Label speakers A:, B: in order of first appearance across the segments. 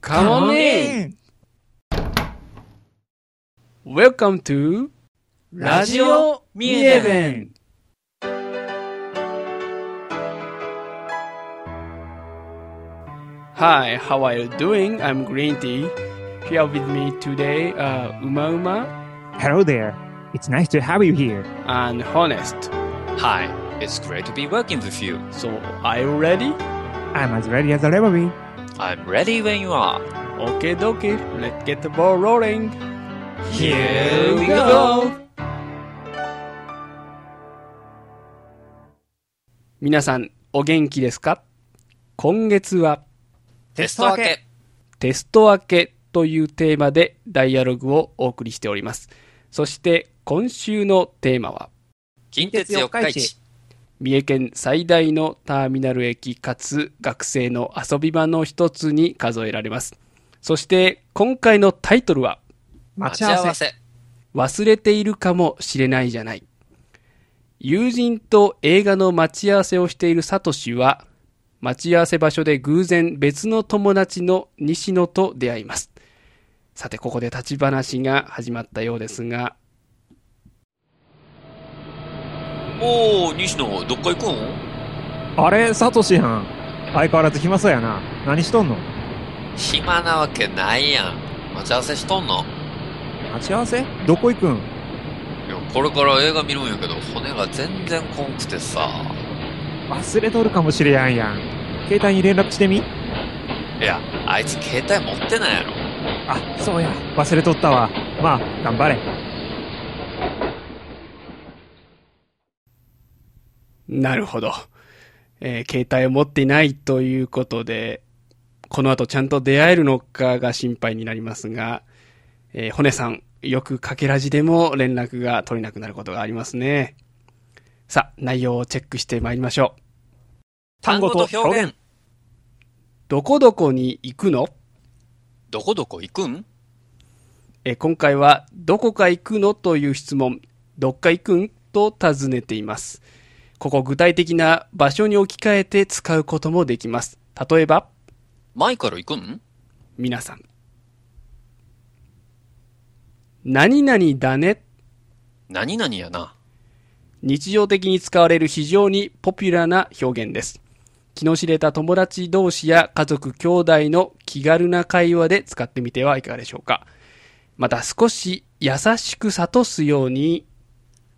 A: Come on in! Welcome to
B: ラジオミエベン
A: はい、how are you doing? I'm Green Tea. Here with me today are Uma Uma
C: Hello there. It's nice to have you here.
A: and Honest.
B: Hi, it's great to be working with you.
A: So, are you ready?
C: I'm as ready as a reverie.
B: I'm ready when you are.
A: Okay, dokie, let's get the ball rolling.
B: Here we go!
A: 皆さん、お元気ですか今月は
B: テスト明け
A: テスト明けというテーマでダイアログをお送りしております。そして今週のテーマは、
B: 近鉄四日市
A: 三重県最大のターミナル駅かつ学生の遊び場の一つに数えられます。そして今回のタイトルは、
B: 待ち合わせ
A: 忘れているかもしれないじゃない。友人と映画の待ち合わせをしているサトシは、待ち合わせ場所で偶然別の友達の西野と出会います。さて、ここで立ち話が始まったようですが、
B: おー、西野、どっか行くん
C: あれ、サトシやん。相変わらず暇そうやな。何しとんの
B: 暇なわけないやん。待ち合わせしとんの
C: 待ち合わせどこ行くん
B: いや、これから映画見るんやけど、骨が全然こんくてさ。
C: 忘れとるかもしれやんやん。携帯に連絡してみ
B: いや、あいつ携帯持ってないやろ。
C: あ、そうや。忘れとったわ。まあ、頑張れ。
A: なるほど。えー携帯を持っていないということで、この後ちゃんと出会えるのかが心配になりますが、えー、骨さん、よくかけらじでも連絡が取れなくなることがありますね。さあ、内容をチェックしてまいりましょう。
C: 単語と表現。
A: どこどこに行くの
B: どこどこ行くん
A: えー今回は、どこか行くのという質問、どっか行くんと尋ねています。ここ具体的な場所に置き換えて使うこともできます。例えば、
B: 前から行くん
A: 皆さん。何々だね。
B: 何々やな。
A: 日常的に使われる非常にポピュラーな表現です。気の知れた友達同士や家族、兄弟の気軽な会話で使ってみてはいかがでしょうか。また少し優しく諭すように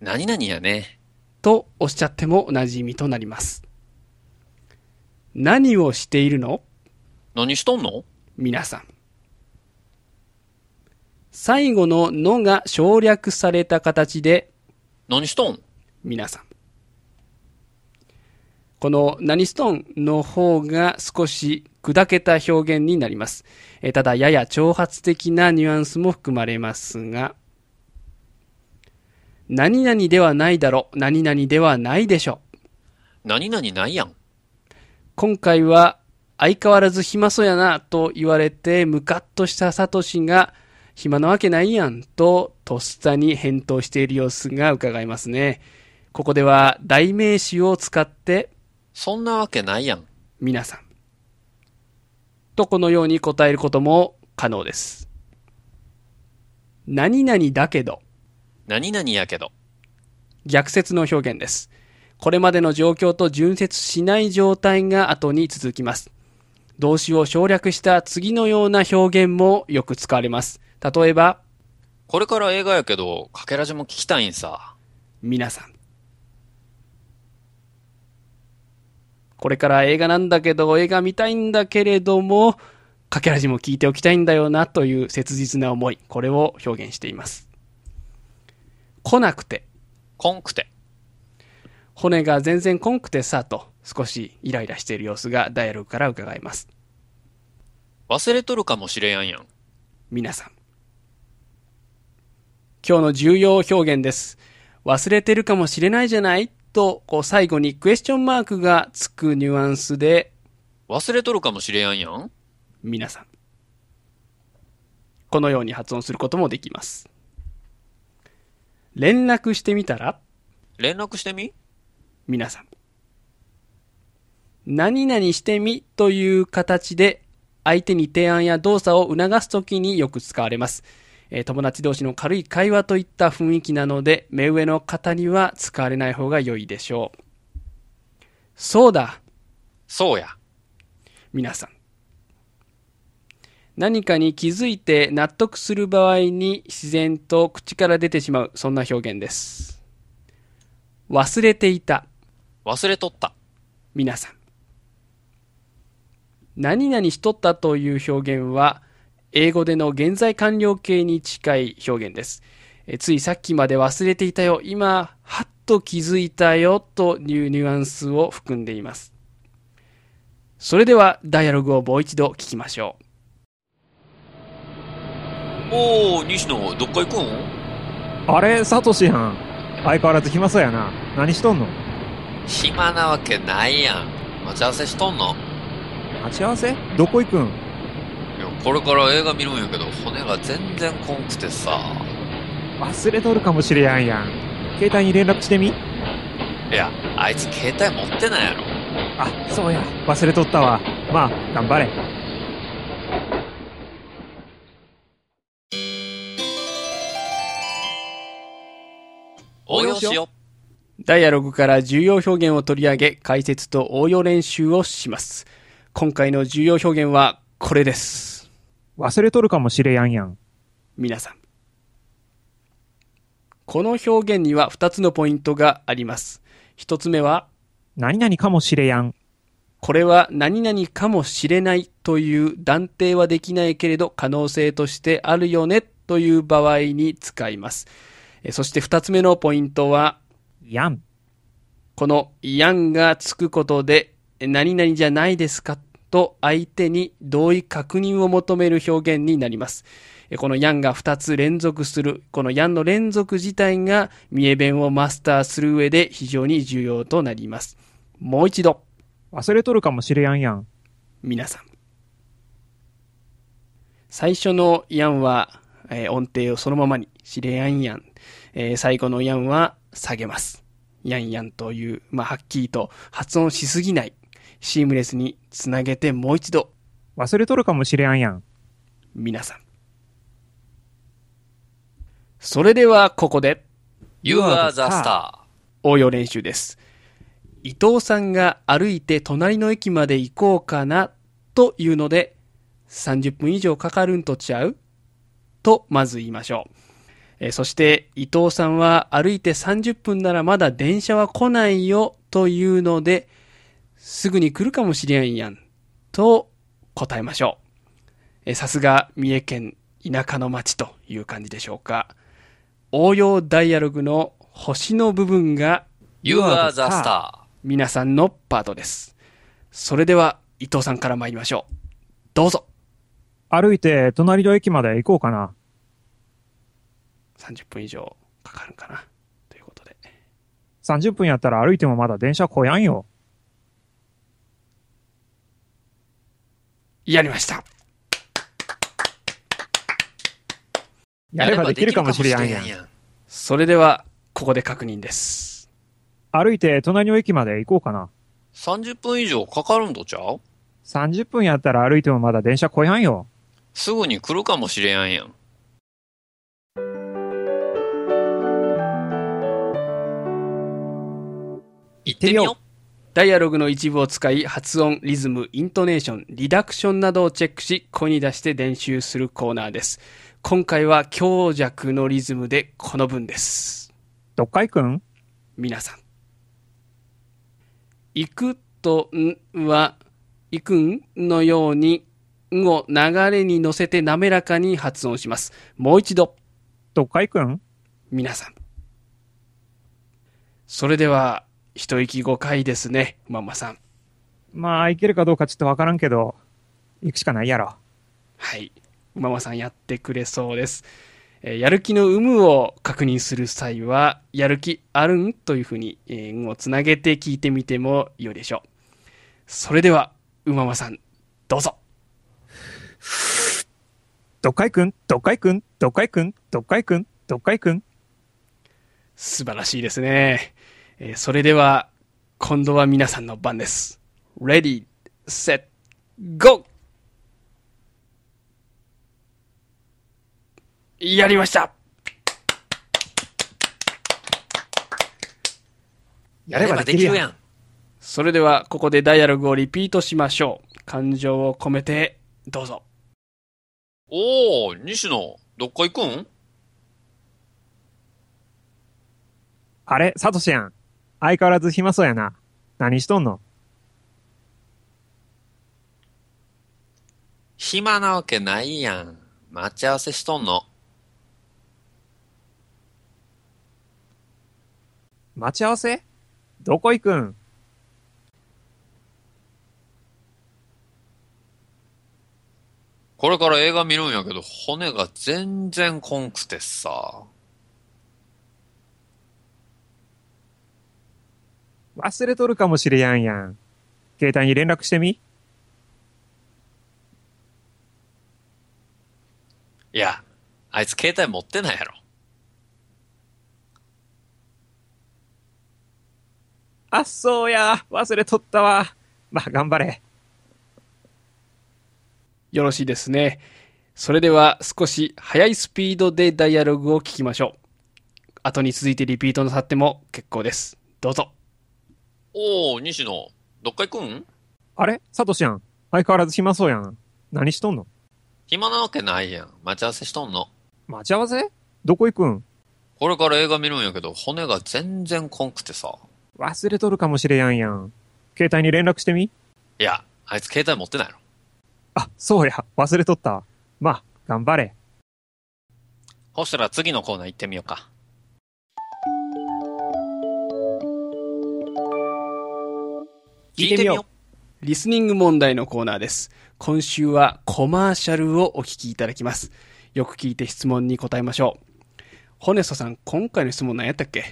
B: 何々やね。
A: とおっしゃっても同じ意味となります。何をしているの
B: 何しとんの
A: 皆さん。最後ののが省略された形で
B: 何しとん
A: 皆さん。この何ストーンの方が少し砕けた表現になります。えーただやや挑発的なニュアンスも含まれますが、何々ではないだろう、何々ではないでしょう。
B: 何々ないやん。
A: 今回は相変わらず暇そうやなと言われてムカッとしたサトシが暇なわけないやんととっさに返答している様子が伺えますね。ここでは代名詞を使って
B: そんなわけないやん。
A: 皆さん。とこのように答えることも可能です。何々だけど、
B: 何々やけど。
A: 逆説の表現です。これまでの状況と順接しない状態が後に続きます。動詞を省略した次のような表現もよく使われます。例えば、
B: これから映画やけど、かけらじも聞きたいんさ。
A: 皆さん。これから映画なんだけど、映画見たいんだけれども、かけらじも聞いておきたいんだよなという切実な思い、これを表現しています。来なくて、
B: こんくて。
A: 骨が全然こんくてさと、少しイライラしている様子がダイアログから伺えます。
B: 忘れとるかもしれやんやん。
A: 皆さん。今日の重要表現です。忘れてるかもしれないじゃないと、こう最後にクエスチョンマークがつくニュアンスで
B: 忘れとるかもしれやんやん。
A: 皆さん。このように発音することもできます。連絡してみたら
B: 連絡してみ
A: 皆さん。何々してみという形で相手に提案や動作を促すときによく使われます。えー友達同士の軽い会話といった雰囲気なので、目上の方には使われない方が良いでしょう。そうだ、
B: そうや。
A: 皆さん。何かに気づいて納得する場合に自然と口から出てしまう、そんな表現です。忘れていた、
B: 忘れとった。
A: 皆さん。何々しとったという表現は、英語での現在完了形に近い表現です。えついさっきまで忘れていたよ、今、はっと気づいたよというニュアンスを含んでいます。それでは、ダイアログをもう一度聞きましょう。
B: おー、西野、どっか行くん
C: あれ、サトシはん。相変わらず暇そうやな。何しとんの
B: 暇なわけないやん。待ち合わせしとんの
C: 待ち合わせどこ行くん
B: いや、これから映画見るんやけど、骨が全然こんくてさ。
C: 忘れとるかもしれやんやん。携帯に連絡してみ
B: いや、あいつ携帯持ってないやろ。
C: あ、そうや。忘れとったわ。まあ、頑張れ。
B: 応用しよ
A: ダイアログから重要表現を取り上げ、解説と応用練習をします。今回の重要表現はこれです。
C: 忘れとるかもしれやんやん。
A: 皆さん。この表現には2つのポイントがあります。1つ目は、
C: 何々かもしれやん。
A: これは何々かもしれないという断定はできないけれど可能性としてあるよねという場合に使います。えそして2つ目のポイントは、
C: やん。
A: この「やん」がつくことで「何々じゃないですか」と相手に同意確認を求める表現になりますえこの「やん」が2つ連続するこの「やん」の連続自体が三重弁をマスターする上で非常に重要となりますもう一度
C: 忘れとるかもしれやんやん。
A: 皆さん最初の「やんは」えー音程をそのままに「しれやんやん」えー最後の「やん」は下げます「やんやん」という、まあ、はっきりと発音しすぎないシームレスにつなげてもう一度
C: 忘れとるかもしれやんやん。
A: 皆さんそれではここで
B: う。You are the star.
A: 応用練習です。伊藤さんが歩いて隣の駅まで行こうかなというので、30分以上かかるんとちゃうとまず言いましょう。えーそして伊藤さんは歩いて30分ならまだ電車は来ないよというので、すぐに来るかもしれんやんと答えましょう。えーさすが三重県田舎の町という感じでしょうか。応用ダイアログの星の部分が
B: You are the star.
A: 皆さんのパートです。それでは伊藤さんから参りましょう。どうぞ。
C: 歩いて隣の駅まで行こうかな。
A: 30分以上かかるかな。ということで。
C: 30分やったら歩いてもまだ電車来やんよ。
A: やりました。
C: やればできるかもしれやんやん。
B: ん。
A: それでは、ここで確認です。
C: 歩いて隣の駅まで行こうかな。
B: 30分以上かかるんとちゃう
C: 30分やったら歩いてもまだ電車来やんよ。
B: すぐに来るかもしれやんやん。行ってみよ
A: ダイアログの一部を使い、発音、リズム、イントネーション、リダクションなどをチェックし、声に出して練習するコーナーです。今回は強弱のリズムでこの分です。
C: どっか行くん
A: 皆さん。行くとんは、行くんのように、んを流れに乗せて滑らかに発音します。もう一度、
C: どっか行くん
A: 皆さん。それでは、一息5回ですね、ママさん。
C: まあ、行けるかどうかちょっとわからんけど、行くしかないやろ。
A: はい。ママさんやってくれそうです。えーやる気の有無を確認する際は、やる気あるんというふうに、えーんをつなげて聞いてみてもよいでしょう。それでは、うままさん、どうぞ。
C: どっか行くんどっか行くんどっか行くんどっか行くんどっか行くん
A: 素晴らしいですね。えーそれでは、今度は皆さんの番です。Ready, set, go! やりました
C: やればできるや
B: ん。
A: それでは、ここでダイアログをリピートしましょう。感情を込めて、どうぞ。
B: おお、西野、どっか行くん
C: あれ、サトシやん。相変わらず暇そうやな。何しとんの
B: 暇なわけないやん。待ち合わせしとんの。
C: 待ち合わせどこ行くん
B: これから映画見るんやけど、骨が全然こんくてさ。
C: 忘れとるかもしれやんやん。携帯に連絡してみ
B: いや、あいつ携帯持ってないやろ。
C: あっそうや、忘れとったわ。まあ、頑張れ。
A: よろしいですね。それでは、少し速いスピードでダイアログを聞きましょう。後に続いてリピートなさっても結構です。どうぞ。
B: おお、西野、どっか行くん
C: あれサトシやん。相変わらず暇そうやん。何しとんの
B: 暇なわけないやん。待ち合わせしとんの。
C: 待ち合わせどこ行くん
B: これから映画見るんやけど、骨が全然こんくてさ。
C: 忘れとるかもしれやんやん。携帯に連絡してみ
B: いや、あいつ携帯持ってないやろ。
C: あ、そうや、忘れとった。まあ、頑張れ。
B: そしたら次のコーナー行ってみようか。
C: 聞いてみよ
A: リスニング問題のコーナーです。今週はコマーシャルをお聞きいただきます。よく聞いて質問に答えましょう。ホネストさん、今回の質問何やったっけ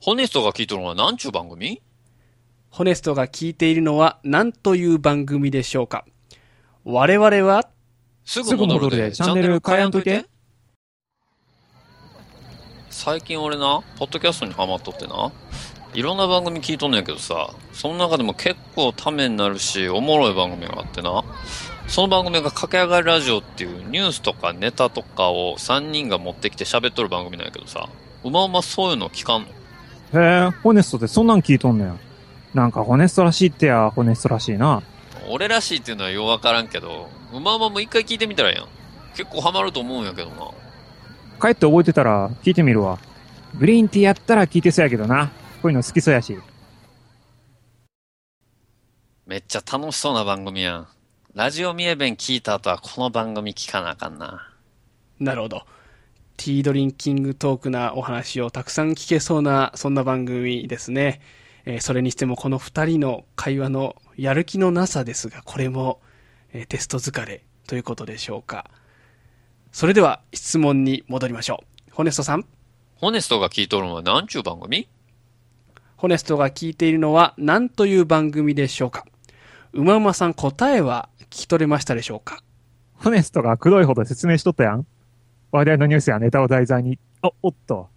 B: ホネストが聞いとるのは何ちゅう番組
A: ホネストが聞いているのは何という番組でしょうか我々は
B: す
C: ぐ戻るでチャンネル変えやんといて
B: 最近俺な、ポッドキャストにハマっとってな、いろんな番組聞いとんねんけどさ、その中でも結構ためになるし、おもろい番組があってな、その番組が駆け上がるラジオっていうニュースとかネタとかを3人が持ってきて喋っとる番組なんやけどさ、うまうまそういうの聞かんの
C: へえ、ホネストってそんなん聞いとんのや。なんかホネストらしいってや、ホネストらしいな。
B: 俺らしいっていうのはようわからんけど、うまうまも一回聞いてみたらええやん。結構ハマると思うんやけどな。
C: 帰って覚えてたら聞いてみるわ。グリーンティーやったら聞いてそうやけどな。こういうの好きそうやし。
B: めっちゃ楽しそうな番組やん。ラジオ見え弁聞いた後はこの番組聞かなあかんな。
A: なるほど。ティードリンキングトークなお話をたくさん聞けそうな、そんな番組ですね。えーそれにしてもこの二人の会話のやる気のなさですが、これも、えーテスト疲れということでしょうか。それでは質問に戻りましょう。ホネストさん、
B: ホネストが聞いとるのは何ちゅう番組
A: ホネストが聞いているのは何という番組でしょうかうまうまさん答えは聞き取れましたでしょうか
C: ホネストがくどいほど説明しとったやん。話題のニュースやネタを題材に。あ、おっと。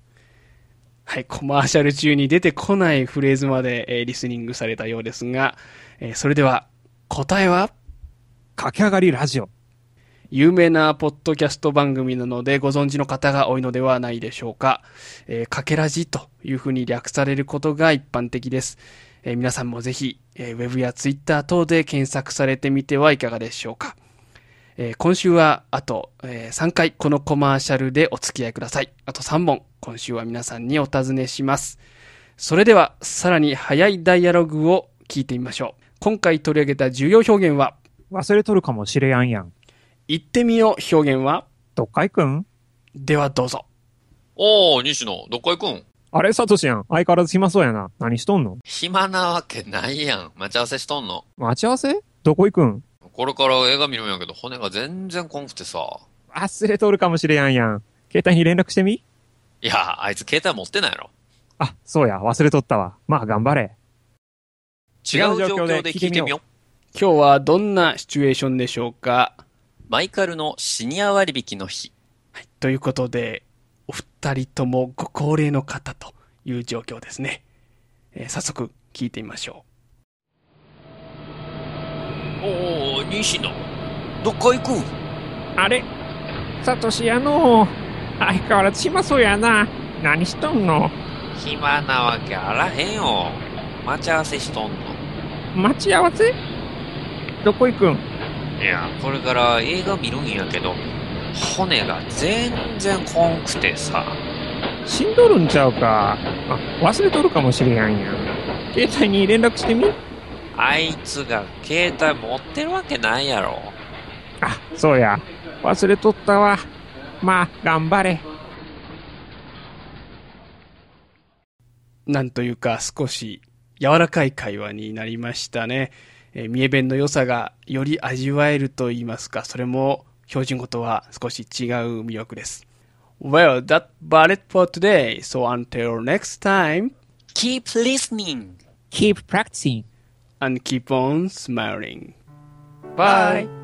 A: はい、コマーシャル中に出てこないフレーズまで、えーリスニングされたようですが、えーそれでは答えは
C: 駆け上がりラジオ。
A: 有名なポッドキャスト番組なのでご存知の方が多いのではないでしょうか。えーかけらじというふうに略されることが一般的です。えー皆さんもぜひ、えーウェブやツイッター等で検索されてみてはいかがでしょうか。えー今週はあと、え3回このコマーシャルでお付き合いください。あと3本、今週は皆さんにお尋ねします。それでは、さらに早いダイアログを聞いてみましょう。今回取り上げた重要表現は、
C: 忘れとるかもしれやんやん。
A: 言ってみよう表現は、
C: どっか行くん
A: ではどうぞ。
B: おー、西野、どっか行くん
C: あれ、サトシやん。相変わらず暇そうやな。何しとんの
B: 暇なわけないやん。待ち合わせしとんの。
C: 待ち合わせどこ行くん
B: これから映画見るんやけど、骨が全然こんくてさ。
C: 忘れとるかもしれやんやん。携帯に連絡してみ
B: いや、あいつ携帯持ってないやろ。
C: あ、そうや、忘れとったわ。まあ、頑張れ。
B: 違う状況で聞いてみよう。
A: 今日はどんなシチュエーションでしょうか
B: マイカルのシニア割引の日。
A: ということで、お二人ともご高齢の方という状況ですね。えー早速聞いてみましょ
B: おー、西野、どっか行くん
C: あれサトシやの相変わらず暇そうやな。何しとんの
B: 暇なわけあらへんよ。待ち合わせしとんの。
C: 待ち合わせどこ行くん
B: いや、これから映画見るんやけど、骨が全然こんくてさ。
C: 死んどるんちゃうか。あ、忘れとるかもしれやんやん。携帯に連絡してみ
B: あいつが携帯持ってるわけないやろ。
C: あ、そうや。忘れとったわ。まあ、頑張れ。
A: なんというか少し柔らかい会話になりましたね。えー三重弁の良さがより味わえると言いますか、それも標準語とは少し違う魅力です。Well, that about it for today. So until next time,
B: Keep listening!
C: Keep practicing.
A: and keep on smiling. Bye!